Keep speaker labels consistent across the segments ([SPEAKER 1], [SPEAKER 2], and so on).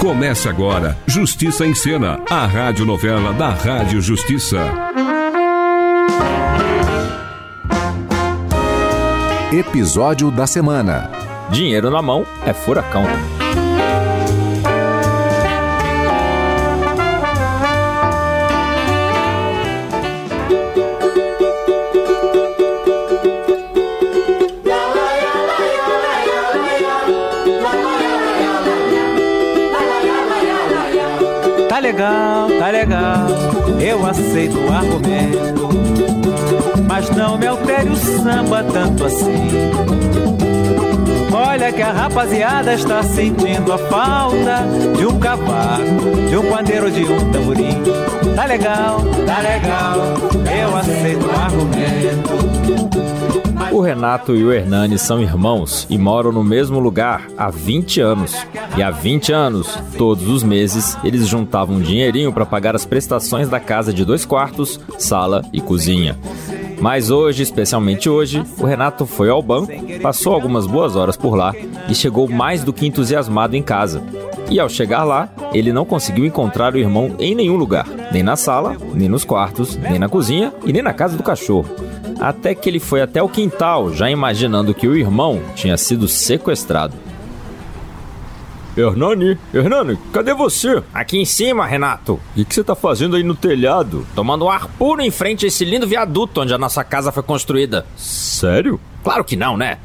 [SPEAKER 1] Começa agora Justiça em Cena, a rádio novela da Rádio Justiça.
[SPEAKER 2] Episódio da semana.
[SPEAKER 3] Dinheiro na mão é furacão.
[SPEAKER 4] Tá legal, tá legal, eu aceito o argumento. Mas não me altere o samba tanto assim. Olha que a rapaziada está sentindo a falta de um cavaco, de um pandeiro, de um tamborim. Tá legal, tá legal, eu aceito o argumento.
[SPEAKER 3] O Renato e o Hernani são irmãos e moram no mesmo lugar há 20 anos. E há 20 anos, todos os meses, eles juntavam um dinheirinho para pagar as prestações da casa de dois quartos, sala e cozinha. Mas hoje, especialmente hoje, o Renato foi ao banco, passou algumas boas horas por lá e chegou mais do que entusiasmado em casa. E ao chegar lá, ele não conseguiu encontrar o irmão em nenhum lugar, nem na sala, nem nos quartos, nem na cozinha e nem na casa do cachorro. Até que ele foi até o quintal, já imaginando que o irmão tinha sido sequestrado. Hernani, Hernani, cadê você? Aqui em cima, Renato. E o que você tá fazendo aí no telhado? Tomando ar puro em frente a esse lindo viaduto onde a nossa casa foi construída. Sério? Claro que não, né?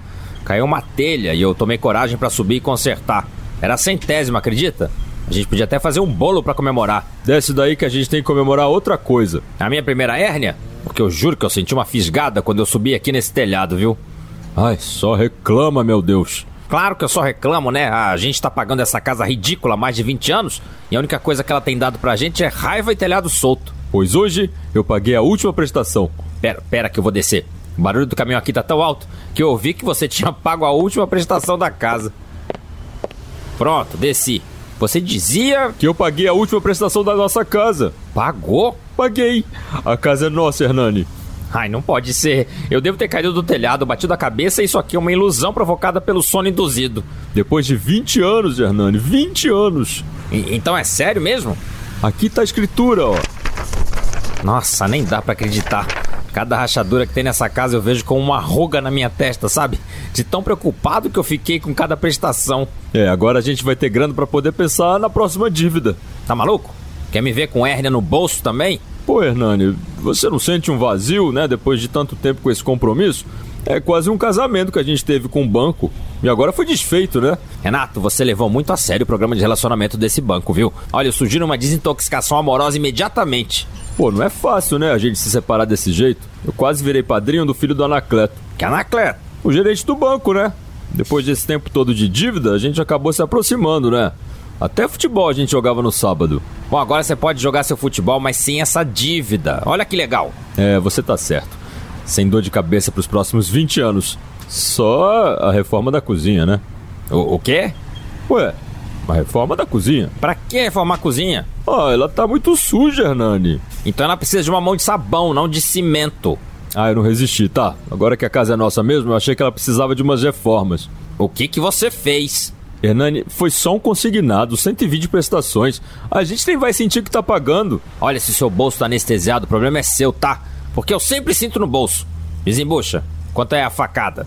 [SPEAKER 3] Caiu uma telha e eu tomei coragem pra subir e consertar. Era a centésima, acredita? A gente podia até fazer um bolo pra comemorar. Desce daí que a gente tem que comemorar outra coisa. A minha primeira hérnia? Porque eu juro que eu senti uma fisgada quando eu subi aqui nesse telhado, viu? Ai, só reclama, meu Deus. Claro que eu só reclamo, né? A gente tá pagando essa casa ridícula há mais de 20 anos e a única coisa que ela tem dado pra gente é raiva e telhado solto. Pois hoje eu paguei a última prestação. Pera, pera que eu vou descer. O barulho do caminhão aqui tá tão alto que eu ouvi que você tinha pago a última prestação da casa. Pronto, desci. Você dizia que eu paguei a última prestação da nossa casa. Pagou? Paguei. A casa é nossa, Hernani. Ai, não pode ser. Eu devo ter caído do telhado, batido a cabeça e isso aqui é uma ilusão provocada pelo sono induzido. Depois de 20 anos, Hernani, 20 anos. então é sério mesmo? Aqui tá a escritura, ó. Nossa, nem dá pra acreditar. Cada rachadura que tem nessa casa eu vejo com uma ruga na minha testa, sabe? De tão preocupado que eu fiquei com cada prestação. É, agora a gente vai ter grana para poder pensar na próxima dívida. Tá maluco? Quer me ver com hérnia no bolso também? Pô, Hernani, você não sente um vazio, né, depois de tanto tempo com esse compromisso? É quase um casamento que a gente teve com o banco. E agora foi desfeito, né? Renato, você levou muito a sério o programa de relacionamento desse banco, viu? Olha, eu sugiro uma desintoxicação amorosa imediatamente. Pô, não é fácil, né, a gente se separar desse jeito? Eu quase virei padrinho do filho do Anacleto. Que Anacleto? O gerente do banco, né? Depois desse tempo todo de dívida, a gente acabou se aproximando, né? Até futebol a gente jogava no sábado. Bom, agora você pode jogar seu futebol, mas sem essa dívida. Olha que legal. É, você tá certo. Sem dor de cabeça pros próximos 20 anos. Só a reforma da cozinha, né? O, o quê? Ué, a reforma da cozinha. Pra que reformar a cozinha? Ah, ela tá muito suja, Hernani. Então ela precisa de uma mão de sabão, não de cimento. Ah, eu não resisti, tá. Agora que a casa é nossa mesmo, eu achei que ela precisava de umas reformas. O que que você fez? Hernani, foi só um consignado, 120 prestações. A gente nem vai sentir que tá pagando. Olha, se seu bolso tá anestesiado, o problema é seu, tá? Porque eu sempre sinto no bolso. Desembucha, quanto é a facada?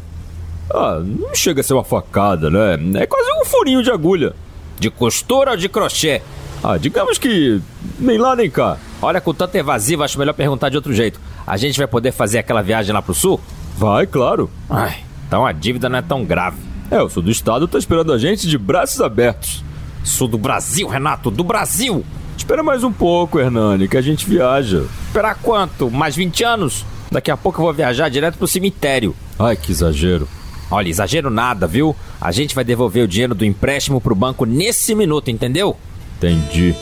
[SPEAKER 3] Ah, não chega a ser uma facada, né? É quase um furinho de agulha. De costura ou de crochê? Ah, digamos que nem lá nem cá. Olha, com tanta evasiva, acho melhor perguntar de outro jeito. A gente vai poder fazer aquela viagem lá pro sul? Vai, claro. Ai, então a dívida não é tão grave. É, o sul do estado tá esperando a gente de braços abertos. Sul do Brasil, Renato, do Brasil! Espera mais um pouco, Hernani, que a gente viaja. Esperar quanto? Mais 20 anos? Daqui a pouco eu vou viajar direto pro cemitério. Ai, que exagero. Olha, exagero nada, viu? A gente vai devolver o dinheiro do empréstimo pro banco nesse minuto, entendeu? Entendi.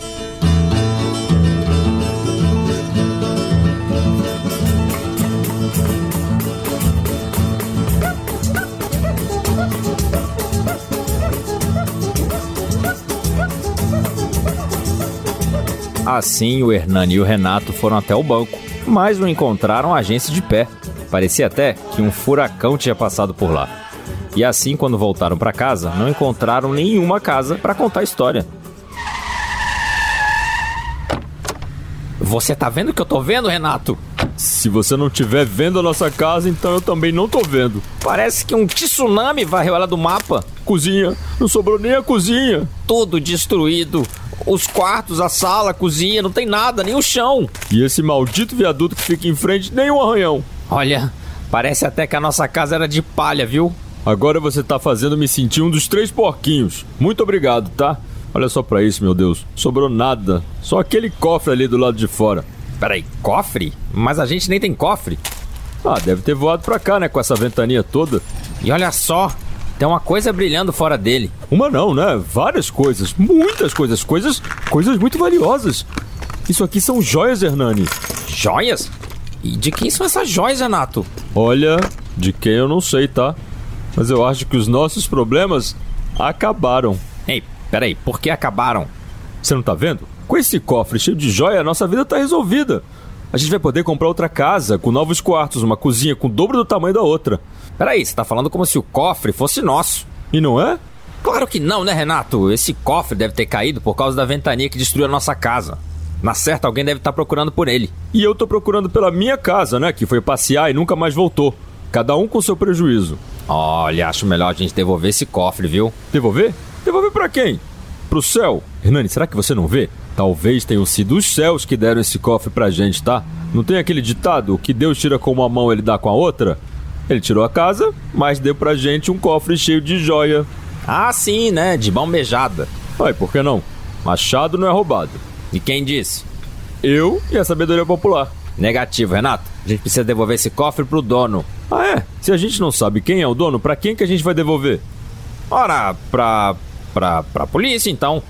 [SPEAKER 3] Assim, o Hernani e o Renato foram até o banco, mas não encontraram a agência de pé. Parecia até que um furacão tinha passado por lá. E assim, quando voltaram para casa, não encontraram nenhuma casa para contar a história. Você tá vendo o que eu tô vendo, Renato? Se você não tiver vendo a nossa casa, então eu também não tô vendo. Parece que um tsunami varreu ela do mapa. Cozinha, não sobrou nem a cozinha. Tudo destruído. Os quartos, a sala, a cozinha, não tem nada, nem o chão. E esse maldito viaduto que fica em frente, nem um arranhão. Olha, parece até que a nossa casa era de palha, viu? Agora você tá fazendo me sentir um dos três porquinhos. Muito obrigado, tá? Olha só pra isso, meu Deus. Sobrou nada. Só aquele cofre ali do lado de fora. Peraí, cofre? Mas a gente nem tem cofre. Ah, deve ter voado pra cá, né? Com essa ventania toda. E olha só, tem uma coisa brilhando fora dele. Uma não, né? Várias coisas. Muitas coisas. Coisas. Coisas muito valiosas. Isso aqui são joias, Hernani. Joias? E de quem são essas joias, Renato? Olha, de quem eu não sei, tá? Mas eu acho que os nossos problemas acabaram. Ei, peraí, por que acabaram? Você não tá vendo? Com esse cofre cheio de joia, a nossa vida tá resolvida. A gente vai poder comprar outra casa, com novos quartos, uma cozinha com o dobro do tamanho da outra. Peraí, você tá falando como se o cofre fosse nosso. E não é? Claro que não, né, Renato? Esse cofre deve ter caído por causa da ventania que destruiu a nossa casa. Na certa, alguém deve estar procurando por ele. E eu tô procurando pela minha casa, né? Que foi passear e nunca mais voltou. Cada um com seu prejuízo. Olha, acho melhor a gente devolver esse cofre, viu? Devolver? Devolver para quem? Pro céu. Hernani, será que você não vê? Talvez tenham sido os céus que deram esse cofre pra gente, tá? Não tem aquele ditado que Deus tira com uma mão, ele dá com a outra? Ele tirou a casa, mas deu pra gente um cofre cheio de joia. Ah, sim, né? De mão beijada. Ai, por que não? Machado não é roubado. E quem disse? Eu e a sabedoria popular. Negativo, Renato. A gente precisa devolver esse cofre pro dono. Ah, é? Se a gente não sabe quem é o dono, pra quem que a gente vai devolver? Ora, pra. pra. pra polícia, então.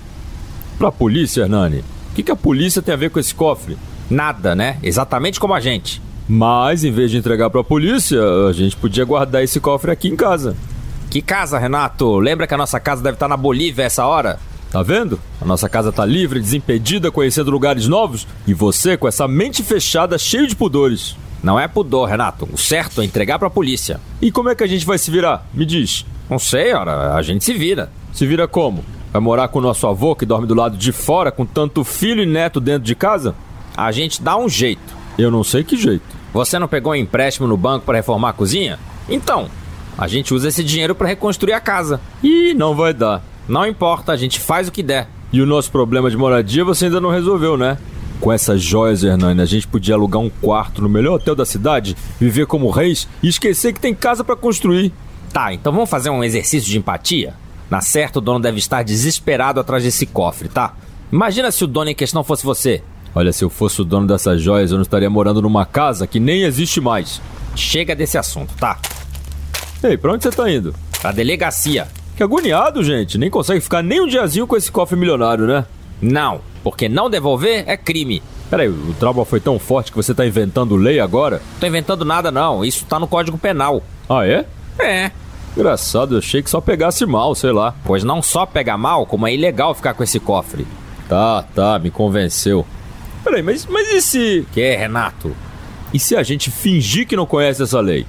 [SPEAKER 3] Pra polícia, Hernani? O que, que a polícia tem a ver com esse cofre? Nada, né? Exatamente como a gente. Mas, em vez de entregar pra polícia, a gente podia guardar esse cofre aqui em casa. Que casa, Renato? Lembra que a nossa casa deve estar na Bolívia essa hora? Tá vendo? A nossa casa tá livre, desimpedida, conhecendo lugares novos. E você com essa mente fechada, cheio de pudores. Não é pudor, Renato. O certo é entregar pra polícia. E como é que a gente vai se virar? Me diz. Não sei, ora. A gente se vira. Se vira como? Vai morar com o nosso avô que dorme do lado de fora com tanto filho e neto dentro de casa? A gente dá um jeito. Eu não sei que jeito. Você não pegou um empréstimo no banco para reformar a cozinha? Então, a gente usa esse dinheiro para reconstruir a casa. E não vai dar. Não importa, a gente faz o que der. E o nosso problema de moradia você ainda não resolveu, né? Com essas joias, Hernani, a gente podia alugar um quarto no melhor hotel da cidade, viver como reis e esquecer que tem casa para construir. Tá, então vamos fazer um exercício de empatia? Na certa, o dono deve estar desesperado atrás desse cofre, tá? Imagina se o dono em questão fosse você. Olha, se eu fosse o dono dessas joias, eu não estaria morando numa casa que nem existe mais. Chega desse assunto, tá? Ei, pra onde você tá indo? Pra delegacia. Que agoniado, gente. Nem consegue ficar nem um diazinho com esse cofre milionário, né? Não, porque não devolver é crime. Peraí, o trauma foi tão forte que você tá inventando lei agora? Tô inventando nada, não. Isso tá no Código Penal. Ah, é? É. Engraçado, eu achei que só pegasse mal, sei lá. Pois não só pega mal, como é ilegal ficar com esse cofre. Tá, tá, me convenceu. Peraí, mas, mas e se. Que, Renato? E se a gente fingir que não conhece essa lei?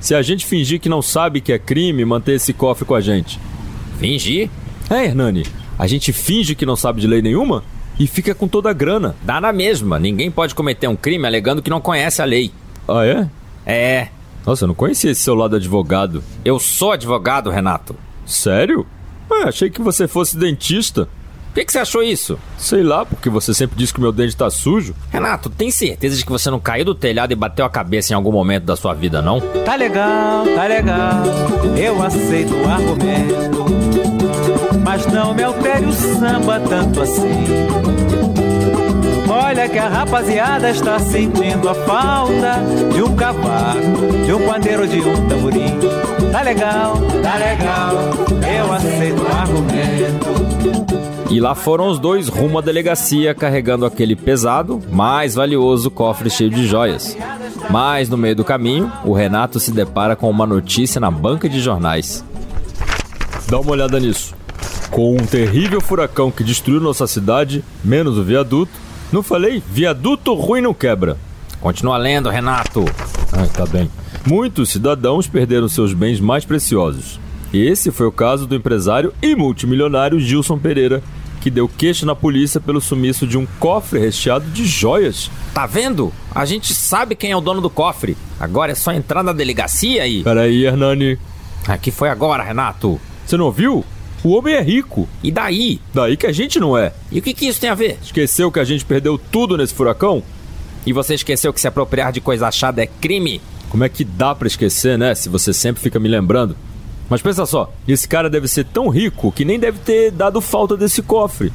[SPEAKER 3] Se a gente fingir que não sabe que é crime manter esse cofre com a gente? Fingir? É, Hernani. A gente finge que não sabe de lei nenhuma e fica com toda a grana. Dá na mesma. Ninguém pode cometer um crime alegando que não conhece a lei. Ah, é? É. Nossa, eu não conhecia esse seu lado advogado. Eu sou advogado, Renato. Sério? Ah, achei que você fosse dentista. Por que, que você achou isso? Sei lá, porque você sempre diz que meu dente tá sujo. Renato, tem certeza de que você não caiu do telhado e bateu a cabeça em algum momento da sua vida, não?
[SPEAKER 4] Tá legal, tá legal, eu aceito o argumento. Mas não me altere o samba tanto assim. Olha que a rapaziada está sentindo a falta de um cavaco, de um pandeiro, de um tamborim. Tá legal, tá legal, eu aceito o argumento.
[SPEAKER 3] E lá foram os dois rumo à delegacia carregando aquele pesado, mais valioso cofre cheio de joias. Mas no meio do caminho, o Renato se depara com uma notícia na banca de jornais. Dá uma olhada nisso. Com um terrível furacão que destruiu nossa cidade, menos o viaduto,
[SPEAKER 1] Não falei? Viaduto ruim não quebra. Continua lendo, Renato. Ah, tá bem. Muitos cidadãos perderam seus bens mais preciosos. Esse foi o caso do empresário e multimilionário Gilson Pereira, que deu queixa na polícia pelo sumiço de um cofre recheado de joias. Tá vendo? A gente sabe quem é o dono do cofre. Agora é só entrar na delegacia e. Peraí, Hernani. Aqui foi agora, Renato. Você não viu? O homem é rico. E daí? Daí que a gente não é. E o que, que isso tem a ver? Esqueceu que a gente perdeu tudo nesse furacão? E você esqueceu que se apropriar de coisa achada é crime? Como é que dá pra esquecer, né? Se você sempre fica me lembrando. Mas pensa só, esse cara deve ser tão rico que nem deve ter dado falta desse cofre.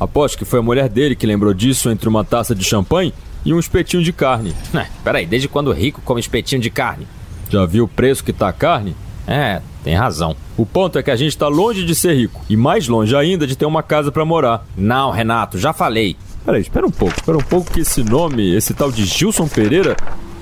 [SPEAKER 1] Aposto que foi a mulher dele que lembrou disso entre uma taça de champanhe e um espetinho de carne. É, peraí, desde quando o rico come espetinho de carne? Já viu o preço que tá a carne? É, tem razão. O ponto é que a gente tá longe de ser rico e mais longe ainda de ter uma casa para morar. Não, Renato, já falei. Peraí, espera um pouco, espera um pouco que esse nome, esse tal de Gilson Pereira,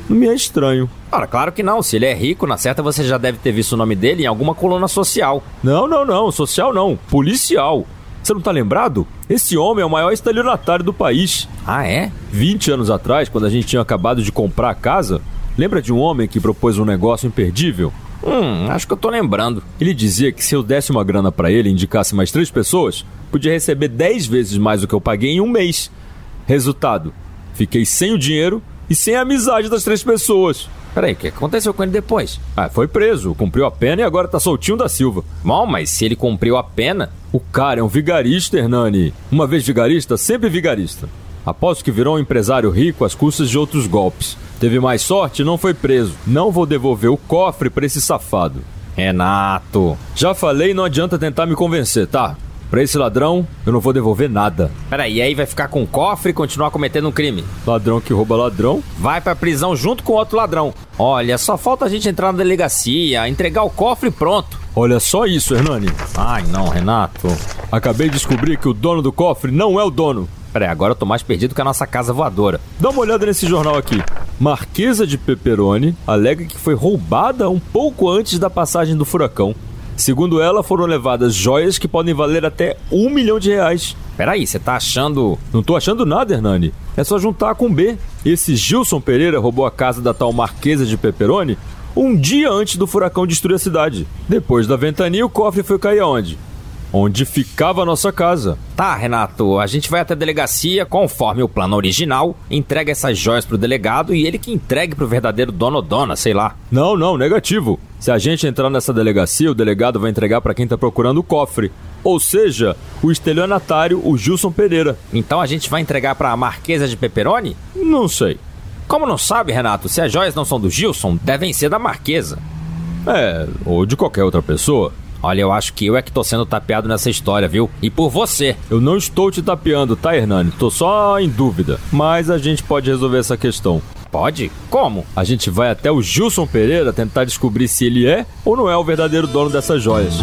[SPEAKER 1] não me é estranho. Ora, claro que não. Se ele é rico, na certa você já deve ter visto o nome dele em alguma coluna social. Não, não, não. Social não. Policial. Você não tá lembrado? Esse homem é o maior estelionatário do país. Ah, é? 20 anos atrás, quando a gente tinha acabado de comprar a casa, lembra de um homem que propôs um negócio imperdível? Hum, acho que eu tô lembrando. Ele dizia que se eu desse uma grana para ele e indicasse mais três pessoas, podia receber 10 vezes mais do que eu paguei em um mês. Resultado: fiquei sem o dinheiro e sem a amizade das três pessoas. Peraí, o que aconteceu com ele depois? Ah, foi preso, cumpriu a pena e agora tá soltinho da Silva. Bom, mas se ele cumpriu a pena. O cara é um vigarista, Hernani. Uma vez vigarista, sempre vigarista. Aposto que virou um empresário rico às custas de outros golpes. Teve mais sorte e não foi preso. Não vou devolver o cofre pra esse safado. Renato. Já falei, não adianta tentar me convencer, tá? Pra esse ladrão, eu não vou devolver nada. Peraí, aí vai ficar com o cofre e continuar cometendo um crime? Ladrão que rouba ladrão? Vai pra prisão junto com outro ladrão. Olha, só falta a gente entrar na delegacia, entregar o cofre e pronto. Olha só isso, Hernani. Ai, não, Renato. Acabei de descobrir que o dono do cofre não é o dono. Peraí, agora eu tô mais perdido que a nossa casa voadora. Dá uma olhada nesse jornal aqui. Marquesa de Peperoni alega que foi roubada um pouco antes da passagem do furacão. Segundo ela, foram levadas joias que podem valer até um milhão de reais. Peraí, você tá achando. Não tô achando nada, Hernani. É só juntar com B. Esse Gilson Pereira roubou a casa da tal Marquesa de Peperoni um dia antes do furacão destruir a cidade. Depois da ventania, o cofre foi cair aonde? Onde ficava a nossa casa. Tá, Renato, a gente vai até a delegacia, conforme o plano original, entrega essas joias pro delegado e ele que entregue pro verdadeiro dono ou dona, sei lá. Não, não, negativo. Se a gente entrar nessa delegacia, o delegado vai entregar para quem tá procurando o cofre. Ou seja, o estelionatário, o Gilson Pereira. Então a gente vai entregar para a Marquesa de Peperoni? Não sei. Como não sabe, Renato, se as joias não são do Gilson, devem ser da Marquesa. É, ou de qualquer outra pessoa. Olha, eu acho que eu é que tô sendo tapeado nessa história, viu? E por você. Eu não estou te tapeando, tá, Hernani? Tô só em dúvida. Mas a gente pode resolver essa questão. Pode? Como? A gente vai até o Gilson Pereira tentar descobrir se ele é ou não é o verdadeiro dono dessas joias.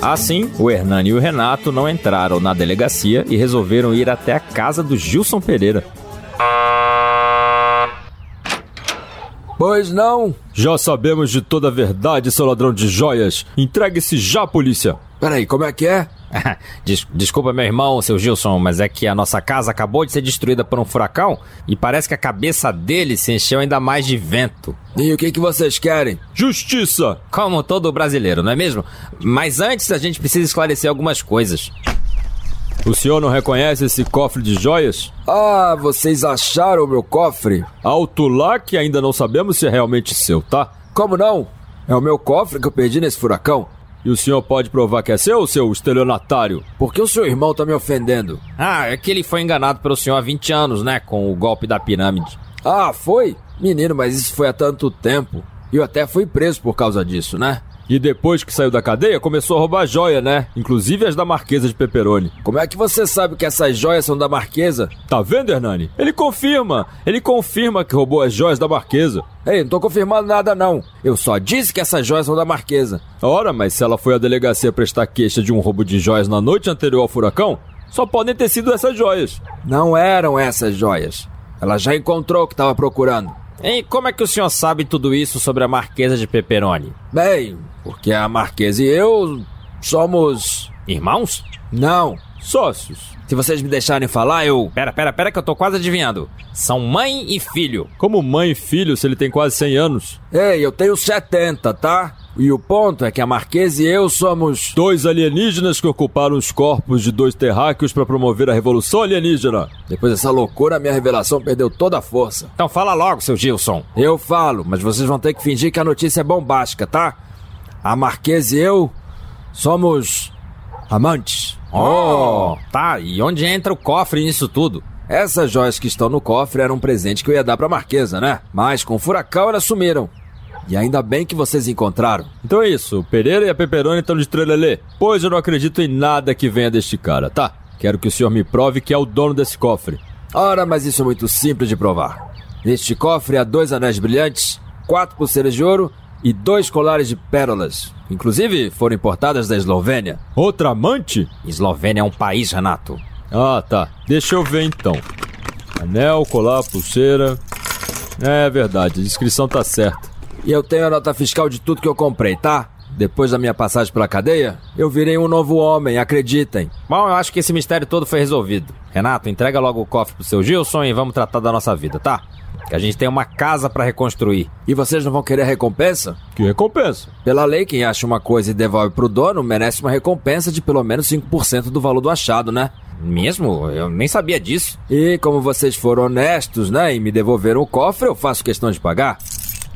[SPEAKER 1] Assim, o Hernani e o Renato não entraram na delegacia e resolveram ir até a casa do Gilson Pereira. Pois não? Já sabemos de toda a verdade, seu ladrão de joias. Entregue-se já à polícia.
[SPEAKER 3] Peraí, como é que é?
[SPEAKER 1] Des- Desculpa, meu irmão, seu Gilson, mas é que a nossa casa acabou de ser destruída por um furacão e parece que a cabeça dele se encheu ainda mais de vento.
[SPEAKER 3] E o que, que vocês querem?
[SPEAKER 1] Justiça! Como todo brasileiro, não é mesmo? Mas antes a gente precisa esclarecer algumas coisas. O senhor não reconhece esse cofre de joias?
[SPEAKER 3] Ah, vocês acharam o meu cofre?
[SPEAKER 1] Alto lá que ainda não sabemos se é realmente seu, tá?
[SPEAKER 3] Como não? É o meu cofre que eu perdi nesse furacão.
[SPEAKER 1] E o senhor pode provar que é seu, seu estelionatário?
[SPEAKER 3] Por que o seu irmão tá me ofendendo?
[SPEAKER 1] Ah, é que ele foi enganado pelo senhor há 20 anos, né? Com o golpe da pirâmide.
[SPEAKER 3] Ah, foi? Menino, mas isso foi há tanto tempo. E eu até fui preso por causa disso, né?
[SPEAKER 1] E depois que saiu da cadeia, começou a roubar joia, né? Inclusive as da Marquesa de Peperoni.
[SPEAKER 3] Como é que você sabe que essas joias são da Marquesa?
[SPEAKER 1] Tá vendo, Hernani? Ele confirma! Ele confirma que roubou as joias da Marquesa.
[SPEAKER 3] Ei, não tô confirmando nada não. Eu só disse que essas joias são da Marquesa.
[SPEAKER 1] Ora, mas se ela foi à delegacia prestar queixa de um roubo de joias na noite anterior ao furacão,
[SPEAKER 5] Só podem ter sido essas joias.
[SPEAKER 3] Não eram essas joias. Ela já encontrou o que estava procurando.
[SPEAKER 5] Hein, como é que o senhor sabe tudo isso sobre a Marquesa de Peperoni?
[SPEAKER 3] Bem, porque a Marquesa e eu somos.
[SPEAKER 5] Irmãos?
[SPEAKER 3] Não,
[SPEAKER 5] Sócios.
[SPEAKER 3] se vocês me deixarem falar, eu.
[SPEAKER 5] Pera, pera, pera que eu tô quase adivinhando. São mãe e filho.
[SPEAKER 1] Como mãe e filho, se ele tem quase 100 anos?
[SPEAKER 3] Ei, eu tenho 70, tá? E o ponto é que a Marquesa e eu somos.
[SPEAKER 1] Dois alienígenas que ocuparam os corpos de dois terráqueos para promover a Revolução Alienígena.
[SPEAKER 3] Depois dessa loucura, minha revelação perdeu toda a força.
[SPEAKER 5] Então fala logo, seu Gilson.
[SPEAKER 3] Eu falo, mas vocês vão ter que fingir que a notícia é bombástica, tá? A Marquesa e eu somos amantes.
[SPEAKER 5] Oh, tá. E onde entra o cofre nisso tudo?
[SPEAKER 3] Essas joias que estão no cofre eram um presente que eu ia dar pra Marquesa, né? Mas com o furacão elas sumiram. E ainda bem que vocês encontraram.
[SPEAKER 1] Então é isso, o Pereira e a Peperoni estão de trelelê. Pois eu não acredito em nada que venha deste cara, tá? Quero que o senhor me prove que é o dono desse cofre.
[SPEAKER 3] Ora, mas isso é muito simples de provar. Neste cofre há dois anéis brilhantes, quatro pulseiras de ouro e dois colares de pérolas. Inclusive foram importadas da Eslovênia.
[SPEAKER 1] Outra amante?
[SPEAKER 5] Eslovênia é um país, Renato.
[SPEAKER 1] Ah, tá. Deixa eu ver então. Anel, colar, pulseira. É verdade, a descrição tá certa.
[SPEAKER 3] E eu tenho a nota fiscal de tudo que eu comprei, tá? Depois da minha passagem pela cadeia, eu virei um novo homem, acreditem.
[SPEAKER 5] Bom, eu acho que esse mistério todo foi resolvido. Renato, entrega logo o cofre pro seu Gilson e vamos tratar da nossa vida, tá? Que a gente tem uma casa pra reconstruir.
[SPEAKER 3] E vocês não vão querer recompensa?
[SPEAKER 1] Que recompensa.
[SPEAKER 3] Pela lei, quem acha uma coisa e devolve pro dono merece uma recompensa de pelo menos 5% do valor do achado, né?
[SPEAKER 5] Mesmo? Eu nem sabia disso.
[SPEAKER 3] E como vocês foram honestos, né, e me devolveram o cofre, eu faço questão de pagar.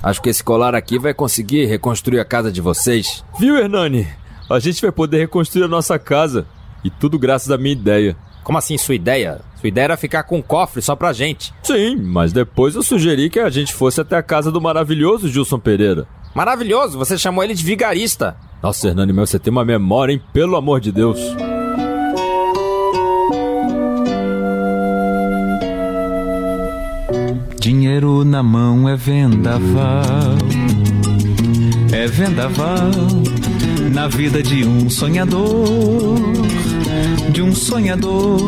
[SPEAKER 3] Acho que esse colar aqui vai conseguir reconstruir a casa de vocês.
[SPEAKER 1] Viu, Hernani? A gente vai poder reconstruir a nossa casa. E tudo graças à minha ideia.
[SPEAKER 5] Como assim sua ideia? Sua ideia era ficar com o cofre só pra gente.
[SPEAKER 1] Sim, mas depois eu sugeri que a gente fosse até a casa do maravilhoso Gilson Pereira.
[SPEAKER 5] Maravilhoso, você chamou ele de vigarista.
[SPEAKER 1] Nossa, Hernani, meu, você tem uma memória, hein? Pelo amor de Deus.
[SPEAKER 4] Dinheiro na mão é vendaval, é vendaval na vida de um sonhador, de um sonhador.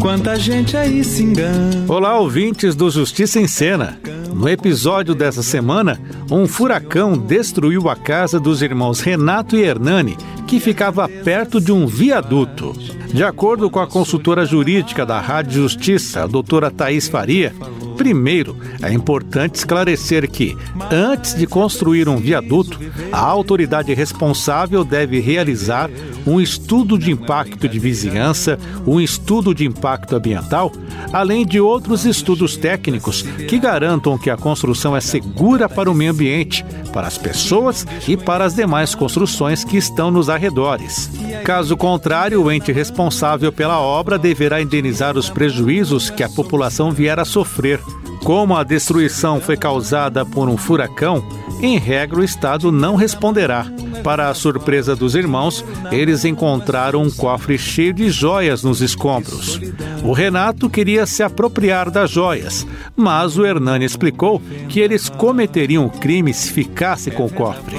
[SPEAKER 4] Quanta gente aí se engana.
[SPEAKER 6] Olá, ouvintes do Justiça em Cena. No episódio dessa semana, um furacão destruiu a casa dos irmãos Renato e Hernani, que ficava perto de um viaduto. De acordo com a consultora jurídica da Rádio Justiça, a doutora Thaís Faria, primeiro é importante esclarecer que, antes de construir um viaduto, a autoridade responsável deve realizar um estudo de impacto de vizinhança, um estudo de impacto ambiental, além de outros estudos técnicos que garantam que a construção é segura para o meio ambiente, para as pessoas e para as demais construções que estão nos arredores. Caso contrário, o ente responsável pela obra deverá indenizar os prejuízos que a população vier a sofrer. Como a destruição foi causada por um furacão, em regra o Estado não responderá. Para a surpresa dos irmãos, eles encontraram um cofre cheio de joias nos escombros. O Renato queria se apropriar das joias, mas o Hernani explicou que eles cometeriam o crime se ficasse com o cofre.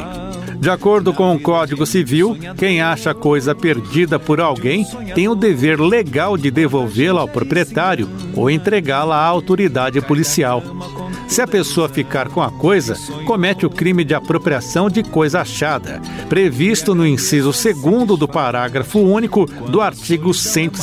[SPEAKER 6] De acordo com o Código Civil, quem acha coisa perdida por alguém tem o dever legal de devolvê-la ao proprietário ou entregá-la à autoridade policial. Se a pessoa ficar com a coisa, comete o crime de apropriação de coisa achada, previsto no inciso 2 do parágrafo único do artigo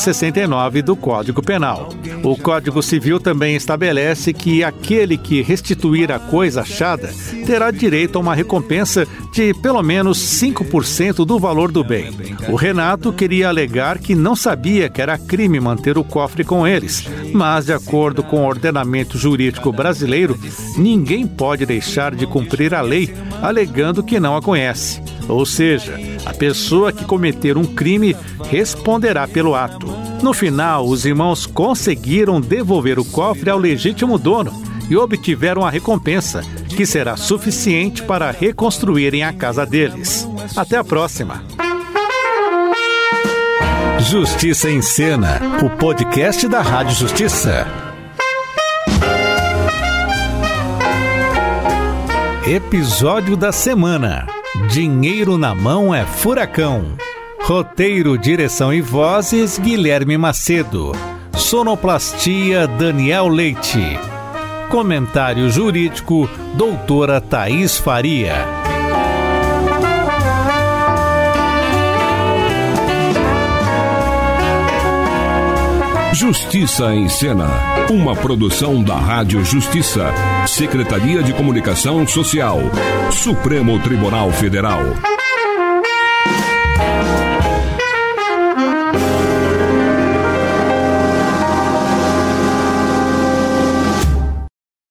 [SPEAKER 6] 169 do Código Penal. O Código Civil também estabelece que aquele que restituir a coisa achada terá direito a uma recompensa de pelo menos 5% do valor do bem. O Renato queria alegar que não sabia que era crime manter o cofre com eles, mas, de acordo com o ordenamento jurídico brasileiro, ninguém pode deixar de cumprir a lei alegando que não a conhece. Ou seja, a pessoa que cometer um crime responderá pelo ato. No final, os irmãos conseguiram devolver o cofre ao legítimo dono e obtiveram a recompensa, que será suficiente para reconstruírem a casa deles. Até a próxima!
[SPEAKER 7] Justiça em Cena, o podcast da Rádio Justiça.
[SPEAKER 6] Episódio da semana: Dinheiro na mão é furacão. Roteiro, direção e vozes: Guilherme Macedo. Sonoplastia: Daniel Leite. Comentário jurídico: Doutora Thaís Faria.
[SPEAKER 8] Justiça em Cena, uma produção da Rádio Justiça, Secretaria de Comunicação Social, Supremo Tribunal Federal.